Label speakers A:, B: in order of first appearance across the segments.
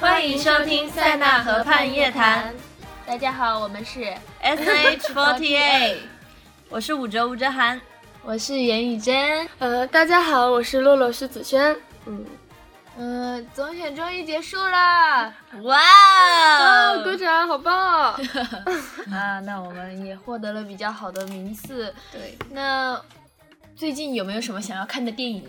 A: 欢迎收听塞纳河畔夜谈。
B: 大家好，我们是
A: S H forty eight，我 是武哲吴哲涵。
B: 我是严雨珍。
C: 呃，大家好，我是洛洛徐子轩。嗯，
B: 嗯，总选终于结束了，
A: 哇
C: 啊，
A: 哦！
C: 鼓掌，好棒哦！
B: 啊，那我们也获得了比较好的名次。
A: 对，
B: 那最近有没有什么想要看的电影？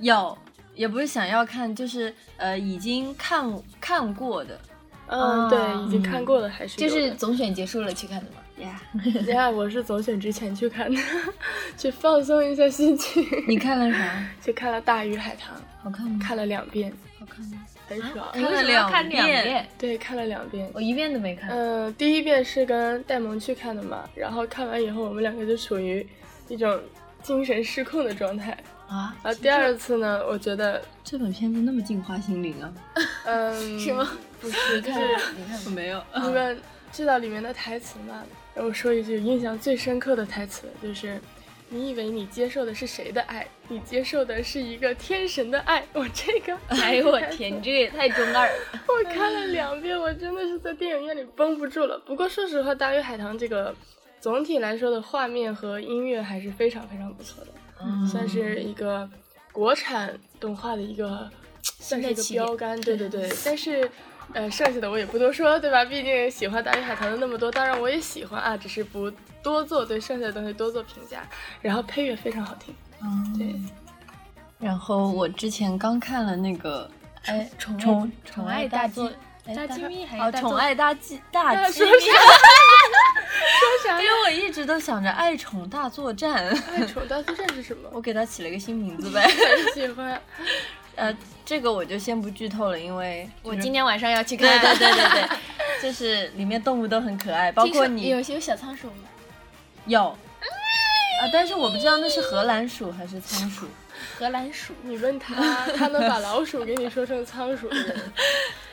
A: 有也不是想要看，就是呃已经看看过的。
B: 啊
C: 嗯，对，已经看过了，还是
B: 就
C: 有
B: 是
C: 的
B: 总选结束了去看的吗？
A: 呀，
C: 你看，我是走选之前去看的， 去放松一下心情，
A: 你看了啥？
C: 去看了《大鱼海棠》，
A: 好看吗？
C: 看了两遍，
A: 好看吗？啊
C: 很爽。
A: 看了两
B: 看两
A: 遍
B: 遍，
C: 对，看了两遍。
B: 我一遍都没看。
C: 嗯，第一遍是跟戴萌去看的嘛，然后看完以后，我们两个就处于一种精神失控的状态。
A: 啊，
C: 然后第二次呢，我觉得，
A: 这本片子那么净化心灵啊！
C: 嗯，
B: 什么？
C: 不是，就
B: 看
C: 是
B: 了，你看
A: 我
B: 了。
A: 没有，
C: 你们知道里面的台词吗？然后我说一句印象最深刻的台词，就是“你以为你接受的是谁的爱？你接受的是一个天神的爱。”我这个，
B: 哎呦我天，你这个也太中二了。
C: 我看了两遍，我真的是在电影院里绷不住了。不过说实话，《大鱼海棠》这个总体来说的画面和音乐还是非常非常不错的，
A: 嗯
C: 算是一个国产动画的一个算是一个
B: 起点
C: 标杆，对对对。但是，呃，剩下的我也不多说，对吧？毕竟喜欢《大鱼海棠》的那么多，当然我也喜欢啊，只是不多做对剩下的东西多做评价。然后配乐非常好听，对，
A: 然后我之前刚看了那个，哎，宠
B: 宠
A: 宠
B: 爱大
A: 大
B: 作
A: 哎
B: 大
A: 大
B: 机密还是
A: 哦，
B: 大
A: 宠
B: 作
A: 爱大鸡大
C: 那
A: 鸡
C: 说
A: 密，
C: 啥？说啥
A: 因
C: 呀？
A: 为我一直都想着爱宠大作战，
C: 爱宠大作战是什么？
A: 我给它起了一个新名字呗。
C: 很喜欢。
A: 呃，这个我就先不剧透了，因为
B: 我
A: 就是
B: 今天晚上要去看。
A: 对对对对 对，就是里面动物都很可爱，包
B: 听说
A: 括你
B: 有有小仓鼠吗？
A: 有啊，但是我不知道那是荷兰鼠还是仓鼠。
B: 荷兰鼠。
C: 你问 他，他能把老鼠给你说成仓鼠的人，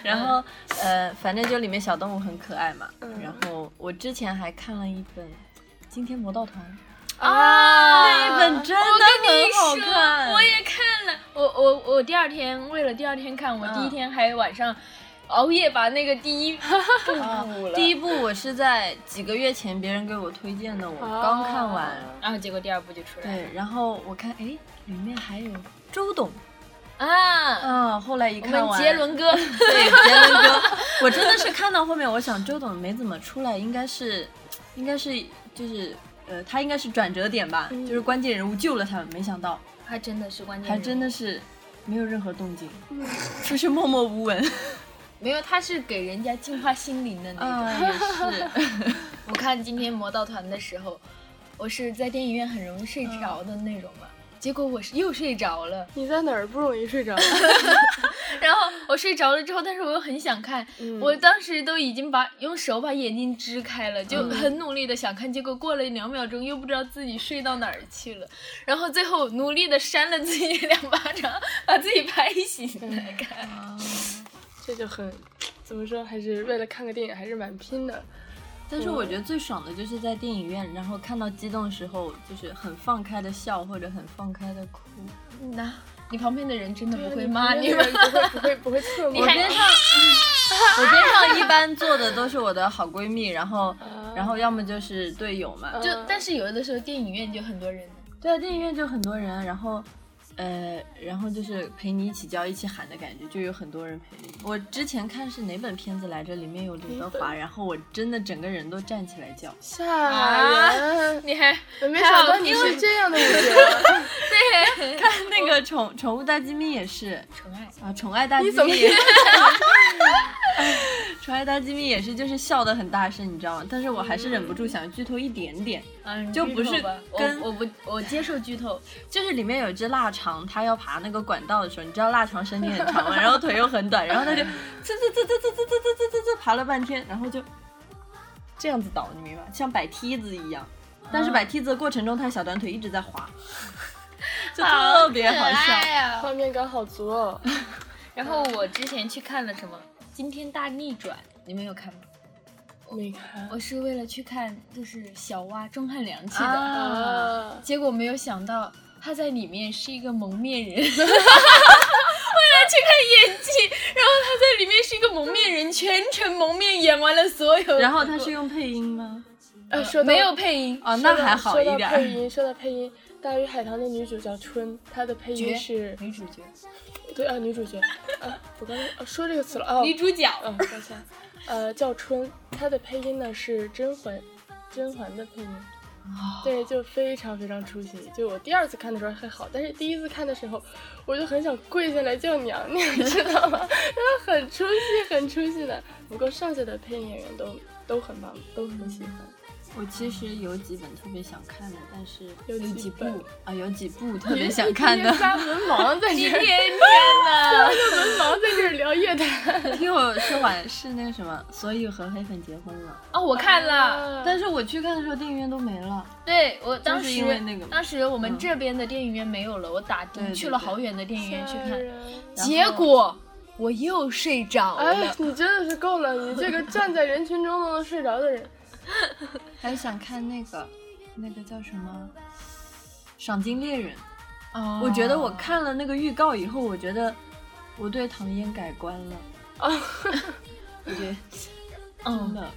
A: 然后呃，反正就里面小动物很可爱嘛。
C: 嗯
A: 然后我之前还看了一本《惊天魔盗团》，
B: 啊
A: 那本真的很好
B: 我跟你
A: 看
B: 说，我也看了。我我我第二天为了第二天看，我
A: 嗯
B: 第一天还晚上熬夜把那个第一部看完了
A: 第一部我是在几个月前别人给我推荐的，我
C: 哦
B: 啊
A: 刚看完。
B: 然后结果第二部就出来了
A: 对，然后我看，哎，里面还有周董，
B: 啊。
A: 啊，后来一
B: 我
A: 看完，
B: 们杰伦 哥，
A: 对杰伦哥，我真的是看到后面，我想周董没怎么出来，应该是，应该是就是呃，他应该是转折点吧，
C: 嗯
A: 就是关键人物救了他们，没想到
B: 还真的是关键人
A: 还
B: 物，
A: 真的是没有任何动静，就是默默无闻
B: 没有，他是给人家净化心灵的那种。
A: 啊， 也是，
B: 我看今天魔盗团的时候，我是在电影院很容易睡着的那种嘛，结果我是又睡着了。
C: 你在哪儿不容易睡着？
B: 然后我睡着了之后，但是我又很想看，
C: 嗯
B: 我当时都已经把用手把眼睛支开了，就很努力的想看，结果过了两秒钟又不知道自己睡到哪儿去了，然后最后努力的扇了自己两巴掌，把自己拍
C: 嗯
B: 醒来看。
C: 这就很，怎么说，还是为了看个电影，还是蛮拼的。
A: 但是我觉得最爽的就是在电影院，然后看到激动的时候，就是很放开的笑或者很放开的哭。
B: 那、你旁边的人真的不会
C: 啊你
B: 骂你
C: 不
B: 吗
C: 会？不会不会不会侧目
B: 你。还
A: 我边上一般坐的都是我的好闺蜜，然后
C: 啊
A: 然后要么就是队友嘛，
C: 嗯
B: 就但是有的时候电影院就很多人，
A: 对，电影院就很多人，啊然后，呃，然后就是陪你一起叫、一起喊的感觉，就有很多人陪你。我之前看是哪本片子来着，里面有刘德华，然后我真的整个人都站起来叫。
C: 吓人！
B: 你还
C: 我呃没想到你是这样的一个人，
B: 对
A: 看那个宠《宠物大机密》也是
B: 纯爱。
A: 啊，《宠爱大机
C: 你
A: 密
C: 怎么》也
A: 《 宠爱大机密》也是，就是笑得很大声，你知道吗？但是我还是忍不住想剧透一点点，
B: 嗯，
A: 就不是
B: 剧透吧
A: 跟
B: 我我不我接受剧 透，
A: 就是里面有一只腊肠，它要爬那个管道的时候，你知道腊肠身体很长嘛，然后腿又很短，然后 它就呲呲呲呲呲呲呲呲呲呲爬了半天，然后就这样子倒，你明白吗？像摆梯子一样，但是摆梯子的过程中，它小短腿一直在 滑，就特别好笑。
B: 呀。
C: 画面感好足哦。
B: 啊然后我之前去看了什么《惊天大逆转》，你们有看吗？
C: 没看
B: 我是为了去看就是小蛙钟汉良去的，
A: 啊
C: 啊，
B: 结果没有想到他在里面是一个蒙面人，我去看演技，然后他在里面是一个蒙面人，全程蒙面演完了所有。
A: 然后他是用配音吗？
C: 呃，说
B: 啊
C: 到
B: 没有配音，
A: 哦，那还好
C: 说
A: 一
C: 到
A: 点
C: 配
A: 儿。
C: 音，说到配音，《大鱼海棠》的女主叫春，她的配音
B: 角
C: 是
A: 女主角，
C: 对啊，女主角。啊，我刚才啊说这个词了哦，
B: 女主角
C: 嗯，抱歉，呃，叫春，她的配音呢是甄嬛，甄嬛的配音，
B: 哦
C: 对，就非常非常出戏。就我第二次看的时候还好，但是第一次看的时候，我就很想跪下来叫娘娘，你知道吗？ 真的很出戏，很出戏的。不过剩下的配音演员都都很棒，都很喜欢。
A: 我其实有几本特别想看的，但是
C: 有几
A: 几部
C: 本
A: 啊，有几 部特别想看
C: 一
A: 的
C: 天。仨文盲在这
B: 今
C: 儿，
B: 天呐，
C: 文盲在这儿聊夜谈。
A: 听我说完是那个什么，所以和黑粉结婚了。
B: 啊，我 看了，
C: 啊嗯
A: 但是我去看的时候，电影院都没了。
B: 对我当
A: 嗯就
B: 时
A: 是因为那个
B: 当时我们
A: 嗯
B: 这边的电影院没有了，我打
A: 对
B: 的
A: 对
B: 去了
A: 对
B: 好远的电影院去看，
C: 看。
A: 然后
B: 结果我又睡着
C: 哎
B: 了，。
C: 你真的是够了！你这个站在人群中都能睡着的人，
A: 还想看那个，那个叫什么《赏金猎人》。
B: 哦
A: 我觉得我看了那个预告以后，我觉得我对唐嫣改观了。
C: 啊，
A: 哦 我觉得真
B: 嗯，
A: 的，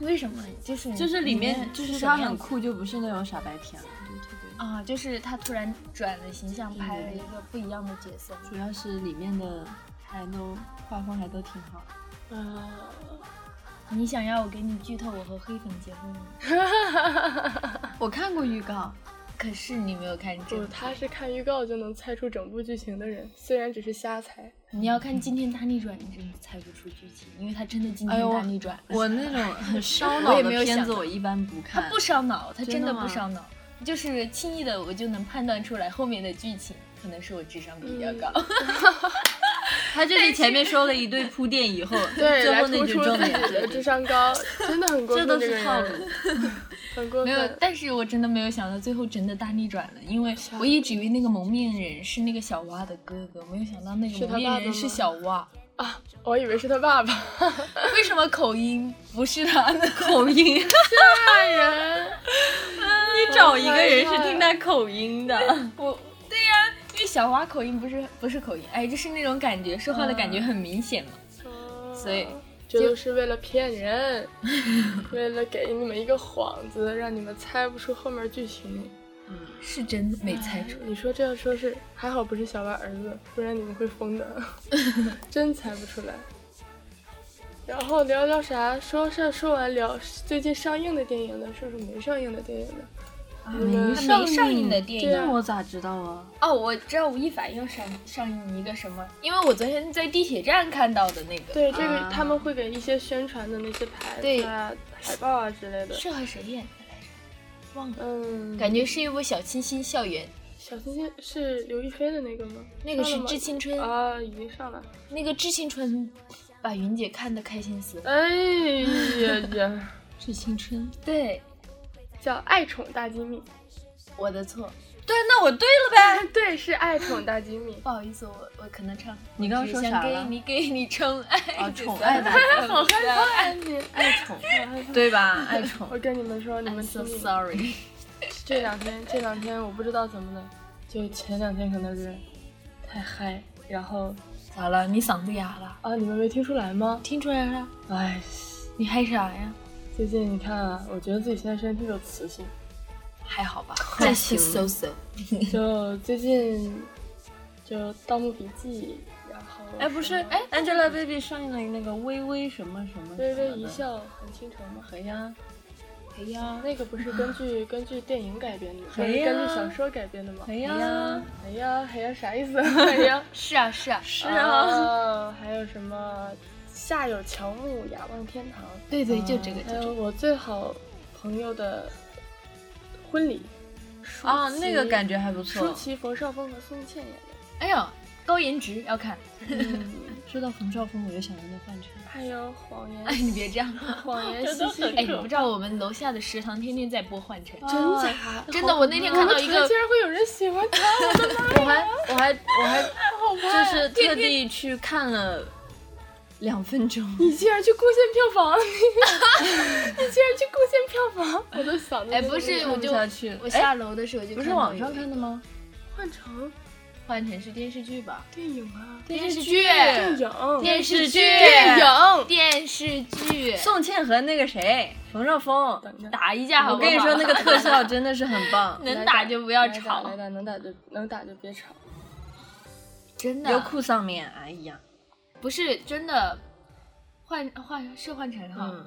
B: 为什么？就是
A: 哦就是里面就是
B: 什
A: 他
B: 么样
A: 很
B: 子
A: 酷，就不是那种傻白甜了，就特别。
B: 啊，就是他突然转了形象，
A: 对
B: 拍了
A: 对
B: 一个不一样的角色。
A: 主要是里面的还都画风还都挺好。
C: 啊，
B: 你想要我给你剧透我和黑粉结婚吗？
A: 我看过预告，
B: 可是你没有看这
C: 不，
B: 个，
C: 他是看预告就能猜出整部剧情的人，虽然只是瞎猜。
B: 你要看今天大逆转，你真的猜不出剧情，因为他真的今
A: 哎
B: 天
A: 呦
B: 大逆转了。
A: 我那种很烧
B: 我
A: 脑
B: 也
A: 的
B: 没有
A: 片
B: 想
A: 子，
B: 到
A: 我一般啊不
B: 他
A: 看。
B: 不烧脑，他
A: 真
B: 真
A: 的
B: 的
A: 吗
B: 不烧脑，就是轻易的我就能判断出来后面的剧情。可能是我智商比较高，
A: 嗯他就是前面说了一堆铺垫以后，
C: 对，
A: 最
C: 来
A: 后那
C: 突
A: 句
C: 出
A: 重
C: 自
A: 点
C: 己的智
A: 是，
C: 商高，真的很过
A: 这
C: 分。
A: 都
C: 个
A: 是套路
C: 人，。很过
B: 没有，
C: 分。
B: 但是我真的没有想到最后真的大逆转了，因为我一直以为那个蒙面人是那个小蛙的哥哥，没有想到那
C: 是
B: 个蒙
C: 他爸
B: 面
C: 爸
B: 人是
C: 吗
B: 小蛙，
C: 我以为是他爸爸。
B: 为什么口音不是他 的？
A: 口音，
C: 大人，
A: 你找一个人是听他口音的。
B: 我对呀、因为小蛙口音不是不是口音，哎，就是那种感觉，说话的感觉很明显嘛。所以
C: 这都是为了骗人，为了给你们一个幌子，让你们猜不出后面剧情。
B: 是真的没猜出，
C: 你说这要说是还好不是小蛙儿子，不然你们会疯的， 真猜不出来。然后聊聊啥？说事儿说完聊最近上映的电影呢？说说没上映的电影呢？没
A: 嗯
B: 它啊没上映的电
C: 对
B: 影
C: 啊
A: 那我咋知道啊？
B: 哦，我知道吴亦凡要上上映一个什么，因为我昨天在地铁站看到的那个，
C: 对，这个
A: 啊
C: 他们会给一些宣传的那些牌
B: 对
C: 子啊、海报啊之类的。
B: 是和谁演的来着？忘了，
C: 嗯，
B: 感觉是一部小清新校园，
C: 小清新是刘亦菲的那个吗？
B: 那个是
C: 上了
B: 《
C: 吗
B: 致青春》，
C: 啊，已经上了。
B: 那个《致青春》把云姐看得开心死了。
C: 哎呀呀，
A: 是青春。
B: 对，
C: 叫《爱宠大机 密
B: 我的错，
A: 对，那我对了呗。》，
C: 对，是《爱宠大机密》
B: 不。好意思，我我可能唱。
A: 你刚刚说
B: 只
A: 啥
B: 想给
A: 了？
B: 你给你哦宠爱，
A: 啊
B: 只
A: 宠
B: 想
A: 爱的
B: 好害怕。
C: 爱你，
A: 爱宠，对吧？爱宠。
C: 我跟你们说，你
B: I'm
C: 们
B: so
C: 听听
B: sorry。
C: 这两天，这两天我不知道怎么的，就前两天可能是太嗨，然后
B: 咋了？你嗓子哑了？
C: 啊，你们没听出来吗？
B: 听出来了？
C: 哎，
B: 你嗨啥呀？
C: 最近你看啊，我觉得自己现在身体有磁性，
B: 还好 吧
A: 还
B: ，just
A: 行
B: so so。
C: 就最近就《盗墓笔记》，然后
A: 哎，不是，
B: 哎
A: 哎，Angelababy 上映了那个微微什么什么，
C: 微微一，笑很倾城吗？啊
A: 哎呀，
B: 哎呀，
C: 那个不是根 据根据电影改编的，不
A: 哎
C: 是
A: 呀
C: 根据小说改编的吗？
A: 哎呀，
C: 哎呀，哎呀，啥意思？哎呀，
B: 是啊是啊，
A: 是
C: 是
A: 啊，
C: 啊，还有什么？下有乔木，雅望天堂。
B: 对对，就这个就
C: 还
B: 这
C: 有
B: 个。
C: 我最好朋友的婚礼，舒
A: 啊，
C: 淇
A: 那个感觉还不
C: 舒
A: 错。
C: 淇、冯绍峰和宋茜演的。
B: 哎呀，高颜值要看。
A: 说到冯绍峰，我就想到那范丞。
C: 还有谎言，
B: 嗯哎，你别这样。
C: 谎言
A: 这
C: 西
A: 都
C: 西
A: 很
B: 哎，你
C: 里
B: 不知道我们楼下的食堂天天在播《幻 城》，
C: 真
A: 啊
C: 假？
B: 真的，我那天
C: 我
B: 看到
C: 们
B: 一
C: 团
B: 个
C: 竟，然会有人喜欢他，
A: 我还我还我还就是特地去看了两分钟，
C: 你竟然去贡献票房， 你你竟然去贡献票房，我的嗓子
B: 哎，
C: 真的
B: 不是，
C: 要
B: 我
A: 看不
B: 就
A: 下去了
B: 哎我下楼的时候就
A: 不是
B: 看到
A: 网
B: 有
A: 上看的吗？
C: 换成
B: 换成是电视剧吧？
C: 电影啊，
B: 电视
A: 剧
B: 剧，
C: 电影，
B: 电视剧，
C: 电影，
B: 电视剧。
A: 宋茜和那个谁冯绍峰，
C: 等着
B: 打一架好
A: 我
B: 不好？，
A: 跟你说那个特效真的是很棒
B: 能打就不要吵
C: 来，打能打就能打就别吵。
B: 真
A: 优
B: 的
A: 酷上面，哎呀，
B: 不是真的。换换是换成哈，
A: 嗯，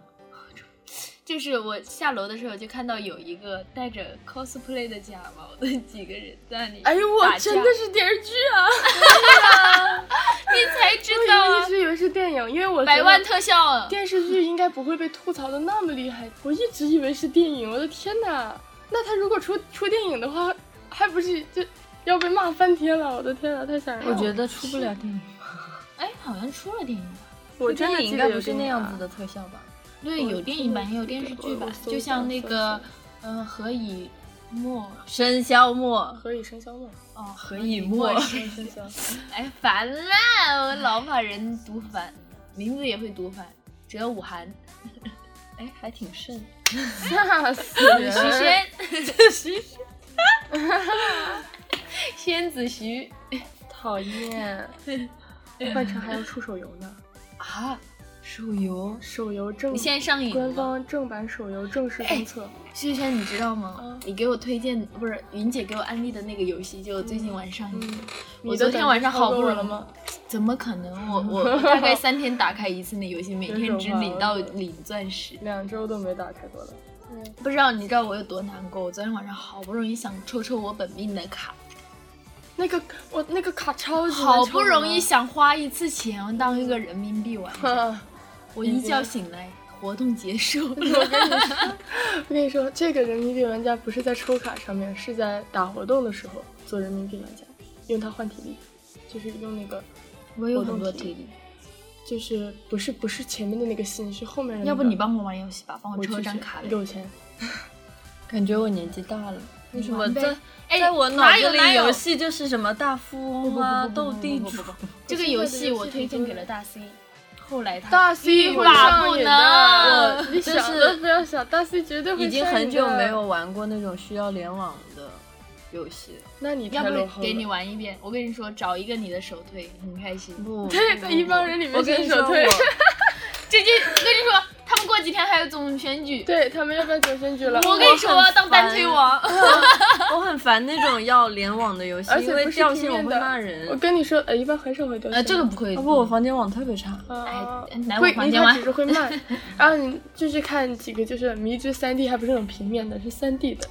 B: 就是我下楼的时候就看到有一个戴着 cosplay 的假毛的几个人在那里，
C: 哎呦，我
B: 打架
C: 真的是电视剧啊！
B: 你才知道
C: 我一
B: 啊，
C: 直以为是电影，因为我觉得
B: 百万特效啊，
C: 电视剧应该不会被吐槽的那么厉害。我一直以为是电影，我的天哪！那他如果出出电影的话，还不是就要被骂翻天了？我的天哪，太吓人了！
A: 我觉得出不了电影，
B: 哎，好像出了电影版，
C: 我真的
A: 电影
C: 记
A: 应
C: 得
A: 该
C: 有
A: 不是那样子的
C: 的。
A: 特效吧？
B: 对，
C: 我
B: 有电影版
C: 真
B: 也
C: 的
B: 有电
C: 记得
B: 视剧
C: 哦我
B: 版
C: 我，搜
B: 就
C: 一下
B: 像那
C: 搜一
B: 个
C: 下
B: 嗯、呃何以沫
A: 生肖末，
C: 何以笙箫 默，
B: 哦何
A: 何以沫，
C: 何以笙箫
B: 哎烦啦，我老把人读反，名字也会读反，只有武涵、
A: 哎，还挺顺。
C: 吓死
B: 徐
C: 人！
B: 仙、徐仙、 仙子徐
C: 讨 厌，换成还要出手游呢，
B: 啊，手游，
C: 手游正
B: 你现在上瘾了
C: 官
B: 吗？
C: 方正版手游正式公测，
B: 轩轩，你知道吗
C: 嗯？
B: 你给我推荐不是云姐给我安利的那个游戏，就最近玩上瘾。
C: 嗯，
B: 我昨天晚上好不容易
C: 了吗？？
B: 怎么可能？我我 我大概三天打开一次那游戏，每天只领到领钻石，
C: 两周都没打开过了，
B: 不知道你知道我有多难过？我昨天晚上好不容易想抽抽我本命的卡，
C: 那个我那个卡超级难
B: 好
C: 抽
B: 不容易
C: 呢，
B: 想花一次钱当一个人民币 玩，
C: 啊
B: 我一觉醒来活动结束了，
C: 我跟你说，这个人民币玩家不是在抽卡上面，是在打活动的时候做人民币玩家，用它换体力，就是用那个，
B: 我有很多体力。
C: 就是不是不是前面的那个心，是后面的、那个。
B: 要不你帮我玩游戏吧，帮我
C: 我
B: 抽
C: 去
B: 一张
C: 学
B: 卡
C: 你
B: 呗
C: 给。我钱。
A: 感觉我年纪大了，为什么
B: 玩呗
A: 在
B: 哎
A: 在我脑
B: 哪
A: 子
B: 有哪
A: 里
B: 有
A: 游戏就是什么大富翁啊、斗地主？啊
B: 这个游戏我推荐给了大 C，后来他
C: 大 C
B: 欲
C: 会
B: 罢
C: 上
B: 不
C: 瘾
B: 能啊
C: 的，你
A: 就
C: 想
A: 是
C: 都不要想，大 C 绝对会
A: 已经
C: 上
A: 很
C: 瘾
A: 久
C: 的
A: 没有。玩过那种需要联网的游 戏。
C: 那你
B: 要
C: 太落
B: 不
C: 后
B: 给你
C: 了
B: 玩一遍？我跟你说，找一个你的首推，很开心。
A: 不，
C: 对在一帮人里面
A: 我跟
C: 选
A: 你
C: 手
A: 说，
C: 退
A: 我
B: 这就我跟你说，他们过几天还有总选举，
C: 对他们要不要总选举了？
B: 我跟你说，当单推王，
A: 我很烦那种要联网的游戏
C: 而，且
A: 因为
C: 不是
A: 掉
C: 平
A: 线我
C: 面
A: 会
C: 的
A: 骂
C: 我
A: 人。
C: 跟你说，呃，一般很少会掉
B: 呃，
C: 线。
B: 这个不会。
A: 要啊不我房间网特别差，
C: 啊
B: 哎来我
C: 会，
B: 房
C: 你
B: 间
C: 它
B: 玩
C: 只是会慢。 然后你就是看几个，就是迷之三 D，还不是那种平面的，是三 D 的，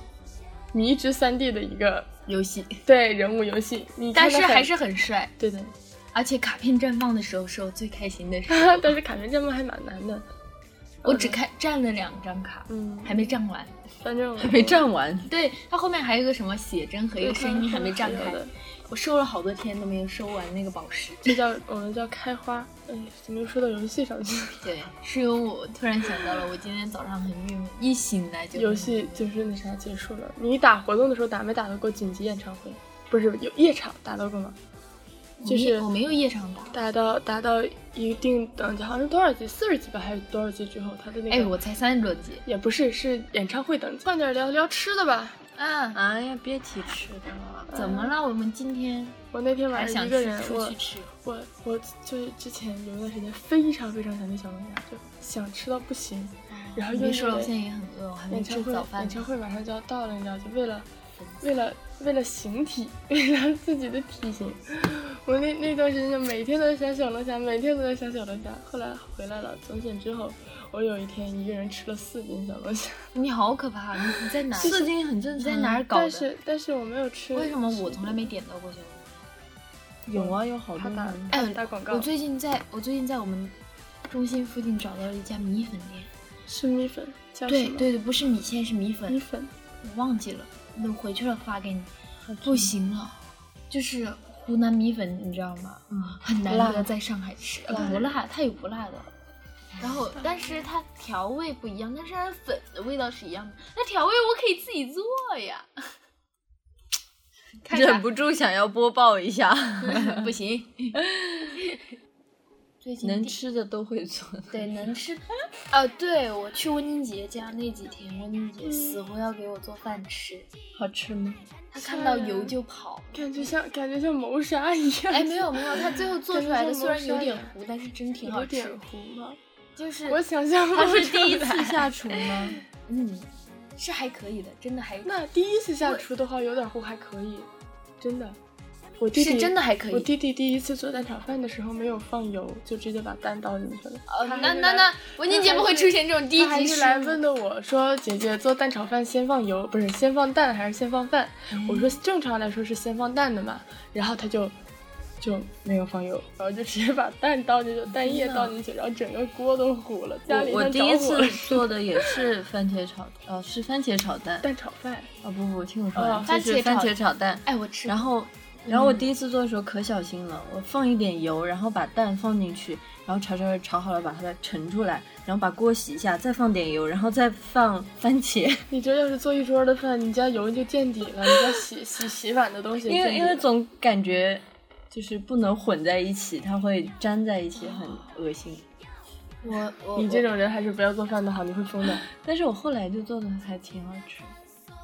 C: 迷之三 D 的一个
B: 游戏，
C: 对人物游戏。你
B: 但
C: 看
B: 是
C: 它很
B: 还是很帅，
C: 对的，
B: 而且卡片绽放的时候是我最开心的时候。
C: 但是卡片这幕还蛮难的。
B: 我只看占了两张卡，
C: 嗯，
B: 还没占完。
C: 反正我
A: 没占完。
B: 对，它后面还有一个什么写真和一个声音还没占
C: 有
B: 开，
C: 的
B: 我收了好多天都没有收完那个宝石。
C: 这叫我们叫开花。哎，怎么又说到游戏上去了？
B: 对，是因为我突然想到了，我今天早上很郁闷，一醒来就
C: 游戏就是那啥结束了。你打活动的时候打没打到过紧急演唱会？不是有夜场打到过吗？就
B: 我
C: 是
B: 没我没有夜场打。
C: 打到打到一定等级，好像是多少级，四十级吧，还是多少级之后，他的那个
B: 哎，我才三十多级
C: 也不是是演唱会等级。换点聊聊吃的吧。
B: 啊！
A: 哎呀，别提吃的了。
B: 怎么了？我们今天
C: 我那天
B: 还
C: 晚上
B: 想
C: 一个
B: 去
C: 人，
B: 出
C: 我
B: 去吃，
C: 我我就是之前有一段时间非常非常想吃小龙虾，就想吃到不行。啊然后又
B: 别说了，
C: 因
B: 我
C: 为
B: 现在也很饿，我还没
C: 演唱
B: 吃
C: 会
B: 早饭
C: 演
B: 呢
C: 唱。会马上就要到了，你知道，就为了为了为了形体， 为了自己的体型， 我那那段时间就每天都在想小龙虾，每天都在想小龙虾。后来回来了，总选之后，我有一天一个人吃了四斤小龙虾，
B: 你好可怕！啊你你在 哪儿？
A: 四斤很正
B: 你
A: 常。
B: 在哪儿搞
C: 啊
B: 的？
C: 但是但是我没有吃。
B: 为什么我从来没点到过小龙虾？
A: 有啊，有好
C: 怕
A: 多
C: 打
A: 人。
B: 哎
C: 打广
B: 我
C: 告？
B: 最近在我最近在我们中心附近找到了一家米粉店。
C: 是米粉，叫
B: 对
C: 什么？
B: 对对，不是米线，是米粉。
C: 米粉。
B: 我忘记了，那回去了发给你。不行了，就是湖南米粉，你知道吗？
A: 嗯
B: 很难
A: 辣
B: 得在上海吃，呃
A: 辣哎
B: 不辣，它有不辣的。然后，但是它调味不一样，但是它粉的味道是一样的。那调味我可以自己做呀。看啥
A: 忍不住想要播报一下，
B: 不行，最近
A: 能
B: 第
A: 吃的都会做。
B: 对，能吃。啊，对，我去温妮姐家那几天，温妮
A: 嗯
B: 姐死活要给我做饭吃，
A: 好吃吗？
B: 她看到
C: 吓人
B: 油就跑。
C: 感觉像感觉像谋杀一样。
B: 哎，没有没有，她最后做出来的
C: 感觉像
B: 虽然有
C: 谋杀一
B: 点
C: 样
B: 糊，但是真挺好
C: 有
B: 吃
C: 点。糊吗？
B: 就是
C: 我想象不
B: 她是
C: 出
B: 第一
C: 来
B: 次下厨吗？嗯，是还可以的，真的还
C: 那第一次下厨的话，有点糊还可以，真的。我弟弟
B: 是真的还可
C: 我
B: 以。
C: 弟弟第一次做蛋炒饭的时候没有放油，就直接把蛋倒进去了。
B: 呃，
C: 他还
D: 哦那
C: 是
D: 那
C: 来
D: 那文静节目会出现这种低
C: 他还
D: 级
C: 是
D: 失
C: 来
D: 误
C: 问的我说：“姐姐做蛋炒饭先放油，不是先放蛋还是先放饭？”我
D: 嗯
C: 说：“正常来说是先放蛋的嘛。”然后他就就没有放油，然后就直接把蛋倒进去，蛋液倒进去，然后整个锅都糊了， 家里
A: 我我
C: 像
A: 第
C: 着
A: 一
C: 火
A: 次做的也是番茄炒，呃，是番茄炒蛋。
C: 蛋炒饭。
A: 哦不不，听我说
C: 哦
A: 完，就是
B: 番
A: 番茄
B: 茄炒
A: 炒嗯蛋。
B: 哎，我吃
A: 然后，然后我第一次做的时候可小心了，我放一点油，然后把蛋放进去，然后炒炒炒好了，把它盛出来，然后把锅洗一下，再放点油，然后再放番茄。
C: 你这要是做一桌的饭，你家油就见底了，你家洗洗洗碗的东西 也
A: 因
C: 见
A: 为
C: 底
A: 因为
C: 了
A: 总感觉就是不能混在一起，它会粘在一起，很恶心。
B: 我我
C: 你这种人还是不要做饭的好，你会 疯的。
A: 但是我后来就做的还挺好吃，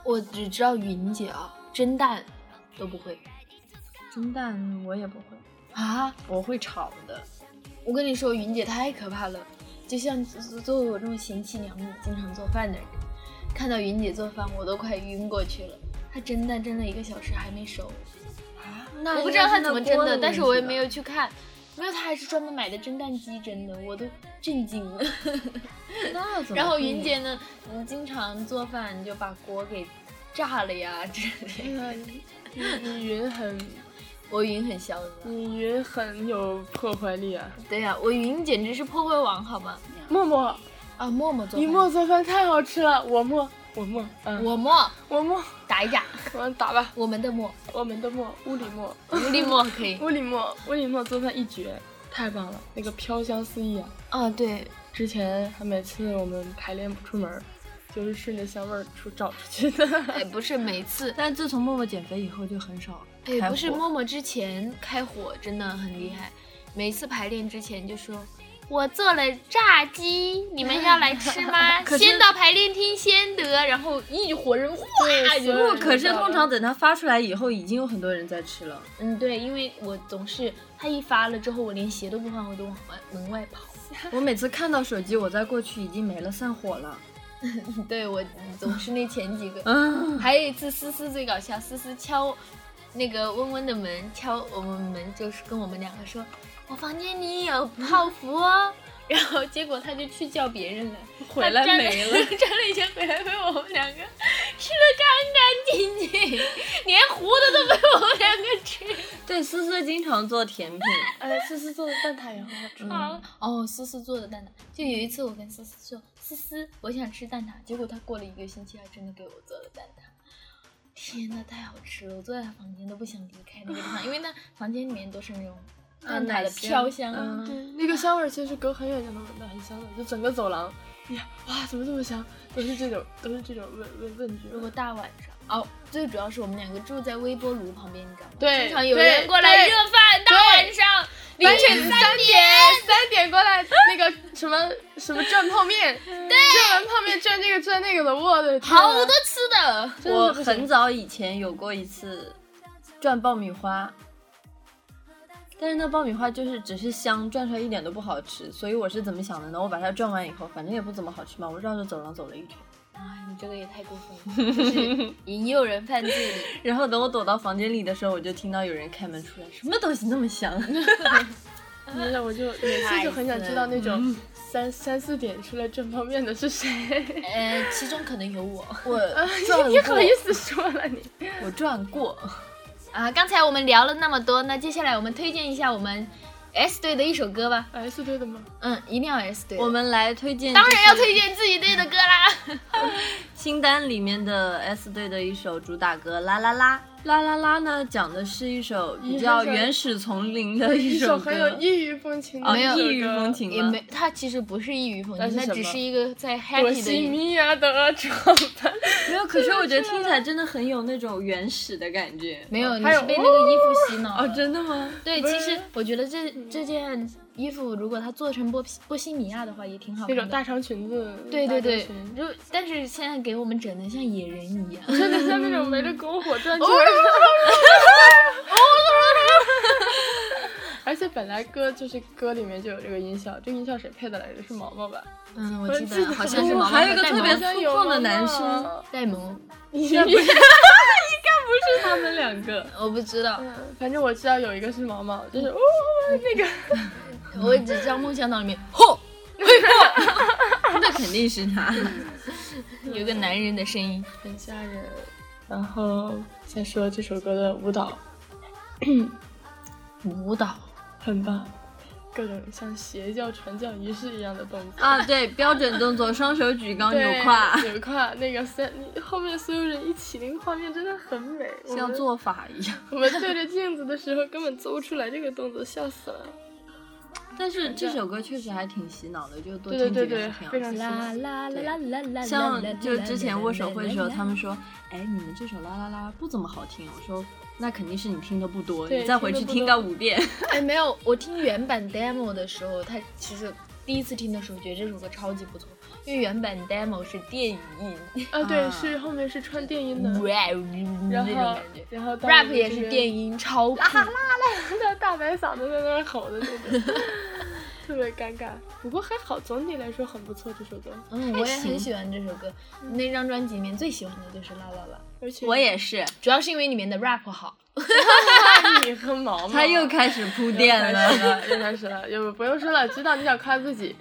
B: 我我只知道云姐啊，蒸蛋都不会
A: 蒸蛋我也不会，
B: 啊。
A: 我会炒的。
B: 我跟你说，云姐太可怕了，就像作为我这种贤妻良母、经常做饭的人，看到云姐做饭，我都快晕过去了。她蒸蛋蒸了一个小时还没熟，
A: 那
B: 我不知道她怎么蒸
A: 应该
B: 的，
A: 是那锅
B: 但是我也没
A: 问
B: 有去看。没有，她还是专门买的蒸蛋机蒸的，我都震惊 了。
A: 题吧。那怎么
B: 然后
A: 会
B: 云姐呢，嗯，经常做饭就把锅给炸了呀之类的。
C: 那嗯你你云很，
B: 我云很嚣张，
C: 你云很有破坏力啊！
B: 对呀、我云简直是破坏王，好吗？
C: 默默，
B: 啊，默默做
C: 你
B: 饭，
C: 默做饭太好吃了，我默，我默，嗯，
B: 我默
C: 我默，
B: 打一架，
C: 我们打吧，
B: 我们的默，
C: 我们的默，屋里默，
B: 无力默可以。
C: 屋里默，屋里默做饭一绝，太棒了，那个飘香四溢啊！
B: 啊，对，
C: 之前还每次我们排练不出门儿，就是顺着香味儿出找出去的。
B: 哎，不是每次，
A: 但自从默默减肥以后就很少开
B: 哎，
A: 火
B: 不是默默之前开火真的很厉害，每次排练之前就说。我做了炸鸡，你们要来吃 吗？
A: 可是
B: 先到排练厅先得，然后一伙人哗就
C: 所有人
A: 可是通常等它发出来以后，已经有很多人在吃了。
B: 嗯，对，因为我总是他一发了之后，我连鞋都不换，我就往外门外跑。
A: 我每次看到手机，我再过去已经没了，散伙了。
B: 对我总是那前几个。
A: 嗯，
B: 还有一次，思思最搞笑，思思敲那个温温的门，敲我们门，就是跟我们两个说，我房间里有泡芙哦。然后结果他就去叫别人了，
A: 回来
B: 他站
A: 没了
B: 站了一下回来被我们两个吃的干干净净，连糊的都被我们两个吃
A: 对，思思经常做甜 品，
C: 哎，思思做的蛋挞也很好吃。
B: 啊！哦，思思做的蛋挞，就有一次我跟思思说，思思，我想吃蛋挞，结果她过了一个星期，还真的给我做了蛋挞。天呐，太好吃了！我坐在她房间都不想离开那个地方，因为 那房间里面都是那种蛋挞
A: 奶
B: 的
A: 香
B: 飘啊香。啊
A: 嗯
C: 对，那个香味儿其实隔很远就能闻到，很香的，就整个走廊，哎呀，哇，怎么这么香？都是这种，都是这种问问问句。
B: 如果大晚上，哦，最主要是我们两个住在微波炉旁边，你知道吗？
C: 对
B: 经常有
C: 对
B: 人过来
C: 对
B: 热饭，大晚上凌晨三点。
C: 三点过来，那个什么什么转泡面，转完泡面转这个转那个的，我的天啊
B: 好多吃的，
C: 真
A: 我
C: 的是不行
A: 很早以前有过一次转爆米花，但是那爆米花就是只是香，转出来一点都不好吃。所以我是怎么想的呢？我把它转完以后，反正也不怎么好吃嘛，我绕着走廊走了一圈，
B: 哎，你这个也太过分了， 就是引诱人犯罪的。
A: 然后等我躲到房间里的时候，我就听到有人开门出来，什么东西那么香？
C: 真的，我就每次就很想知道那种三三四点出来转泡面的 是谁。
B: 呃，其中可能有我
A: 我
C: 你
A: 转
C: 你好意
A: 过，
C: 思说了你？
A: 我转过。
B: 啊。刚才我们聊了那么多，那接下来我们推荐一下我们 S 队的一首歌吧。
C: S 对的吗？
B: 嗯，一定要 S 队的。
A: 我 们来推荐，
B: 当然要推荐自己队的歌啦。
A: 清单里面的 S 队的一首主打歌《啦啦啦》。啦啦啦呢，讲的是一首比较原始丛林的一
C: 一首
A: 歌，
C: 很有异域风情的
A: 啊
B: 没有
C: 一首
A: 异域
C: 歌
A: 风情
B: 也
A: 吗
B: 没，？它其实不是异域风
C: 那
B: 情，
C: 是
B: 它
C: 什么
B: 只是一个在
C: 我
B: happy 的
C: 西
B: 一。
C: 米亚的装扮，
A: 没有，有，可是我觉得听起来真的很有那种原始的感觉。
B: 没有，你
C: 还
B: 是
C: 有
B: 被那个衣服洗脑
A: 哦，
B: 了
A: 真的吗？
B: 对，
C: 不
B: 其
C: 是
B: 实我觉得这这件衣服，如果它做成波西波西米亚的话，也挺好
C: 那
B: 看的。
C: 种大长裙子，
B: 对对对
C: 大长裙，
B: 就但是现在给我们整的像野人一样。
C: 真的像那种围着篝火转圈。而且本来歌就是歌里面就有这个音效，这个音效谁配的来着？是毛毛吧？
B: 嗯，我
C: 我
B: 记
C: 记
B: 得
C: 得
B: 好像
C: 但
B: 是
A: 哦
B: 毛
A: 还有一个
B: 戴
A: 特
B: 毛
A: 别
C: 好像
A: 粗
C: 有
A: 犷的
C: 毛
A: 男
C: 毛
A: 生，
B: 戴萌，
C: 你应该不是，
A: 他们两个。
B: 我不知道，
C: 反正我知道有一个是毛毛，就是哦那个
B: 我只知道梦想岛里面
A: 嚯， 那肯定是他。
B: 有一个男人的声音。
C: 很吓人。然后再说这首歌的舞蹈
B: 舞蹈
C: 很棒，各种像邪教传教仪式一样的动作。
A: 啊，对，标准动作，双手举高扭
C: 对
A: 胯，
C: 扭胯，那个三后面所有人一起，那个画面真的很美。我
A: 像
C: 们
A: 做法一样。
C: 我们对着镜子的时候根本做不出来这个动作，笑死了。
A: 但是这首歌确实还挺洗脑的，就多
C: 对
A: 听
C: 对
A: 几
C: 对
A: 遍
C: 对
A: 是挺，好
C: 非
A: 的。
C: 常喜
B: 啦
C: 欢。
B: 啦啦啦啦啦啦，
A: 像就之前握手会的时候，他们说，哎，你们这首啦啦啦不怎么好听。我说，那肯定是你听的不多，
C: 对
A: 你再回去听个五遍。
B: 哎，没有，我听原版 demo 的时候，他其实第一次听的时候觉得这首歌超级不错，因为原版 demo 是电影音，
C: 啊，
A: 啊
C: 对，是后面是穿电音的，
B: 那
C: 然
B: 种
C: 后
B: 感觉。
C: 然后
B: rap 也是电
C: 音，
B: 音，超酷。
C: 那大白嗓子在那儿吼的那种， 特别尴尬。不过还好，总体来说很不错这首歌，
B: 嗯，我也很
A: 行
B: 喜欢这首歌，那张专辑里面最喜欢的就是《啦啦啦
C: 而且
A: 我也是，》，
B: 主要是因为里面的 rap 好。
C: 看你和毛毛，
A: 他又开始铺垫
C: 又开
A: 了。
C: 始了，又开始了，又不用说了，知道你想夸 自己。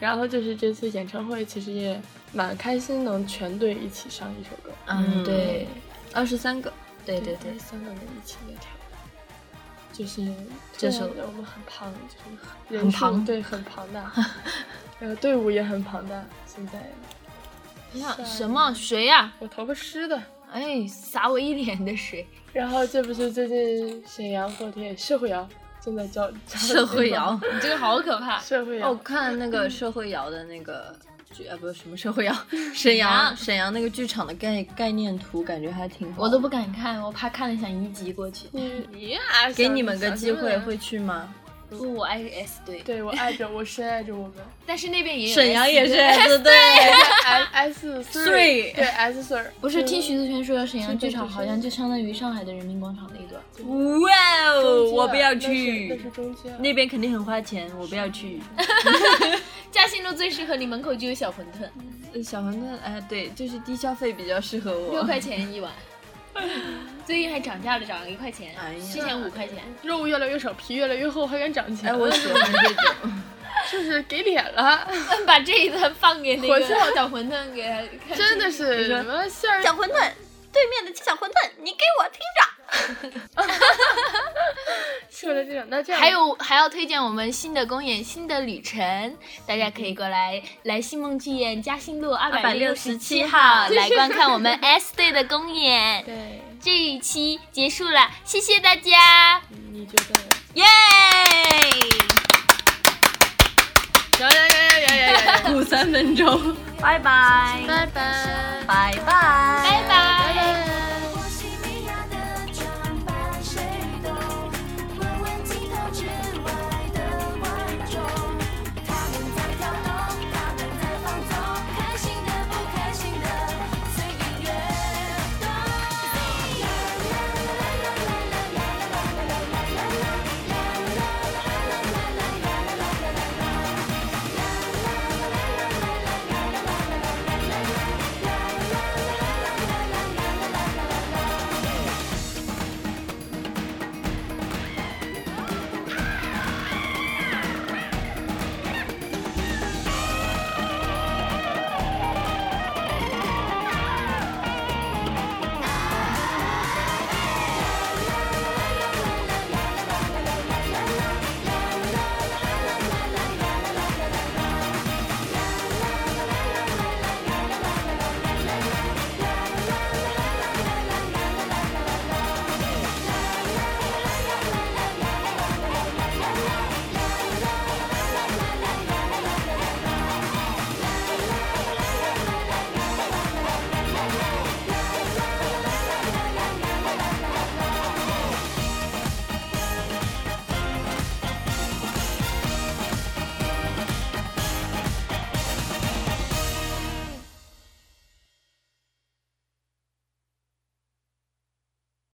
C: 然后就是这次演唱会，其实也蛮开心，能全队一起上一首歌，
A: 嗯
B: 嗯，对，
A: 二十三个，
B: 对对对
C: 就是，三个人一起在跳。就是
B: 这首
C: 突然我们很庞，就是
B: 很
C: 人数
B: 庞
C: 对，很庞 大，呃，队伍也很庞大。现在啊
B: 那什么谁呀？
C: 我头发湿的，
B: 哎，洒我一脸的水。
C: 然后这不是最近沈阳后天社会摇正在招
A: 社会摇，
B: 哦你这个好可怕。
C: 社会
A: 哦，
C: 摇
A: 我看那个社会摇的那个剧，啊，不是什么社会摇，沈阳沈阳那个剧场的概概念图，感觉还挺好。
B: 我都不敢看，我怕看了想一级过去。
C: 你呀，
A: 给
C: 小
A: 你们个机会，。
C: 小啊
A: 会去吗？
B: 不，我爱 S 队，
C: 对我爱着，我深爱着我们。
B: 但是那边也有
A: 沈
B: S
A: 阳也是
B: 队
A: S 队，
C: S S
A: Three
C: 对 S Sir，
B: 不是听徐子泉说沈阳
C: 是的
B: 剧场
C: 是的
B: 好像就相当于上海的人民广场那一段。
A: 哇哦，我不要
C: 那是
A: 去，
C: 中间，
A: 那边肯定很花钱，我不要去。
B: 嘉兴路最适合你，门口就有小馄饨，
A: 呃小馄饨，哎，对，就是低消费比较适合
B: 六
A: 我。
B: 块钱一碗。最近还涨价了，涨了一块钱
A: 哎，呀
B: 之前五块钱。
C: 肉越来越少，皮越来越厚，还敢长钱？
A: 哎，我喜欢这种。
C: 就是给脸了，
B: 嗯把这一段放给那
C: 火
B: 个
C: 气
B: 小馄饨给他看。
C: 真的是什么馅儿？
A: 馄饨，对面的小馄饨，你给我听着。
C: 说的这种，那这样
B: 还有还要推荐我们新的公演《新的旅程》，大家可以过来来星梦剧院嘉兴路二百六十七号 来观看我们 S 队的公演。
C: 对，
B: 这一期结束了，谢谢大家，
C: 你觉得？
B: 耶！
C: 呀呀呀呀呀呀呀！
A: 五三分钟，拜拜，
C: 拜拜。
A: 拜拜。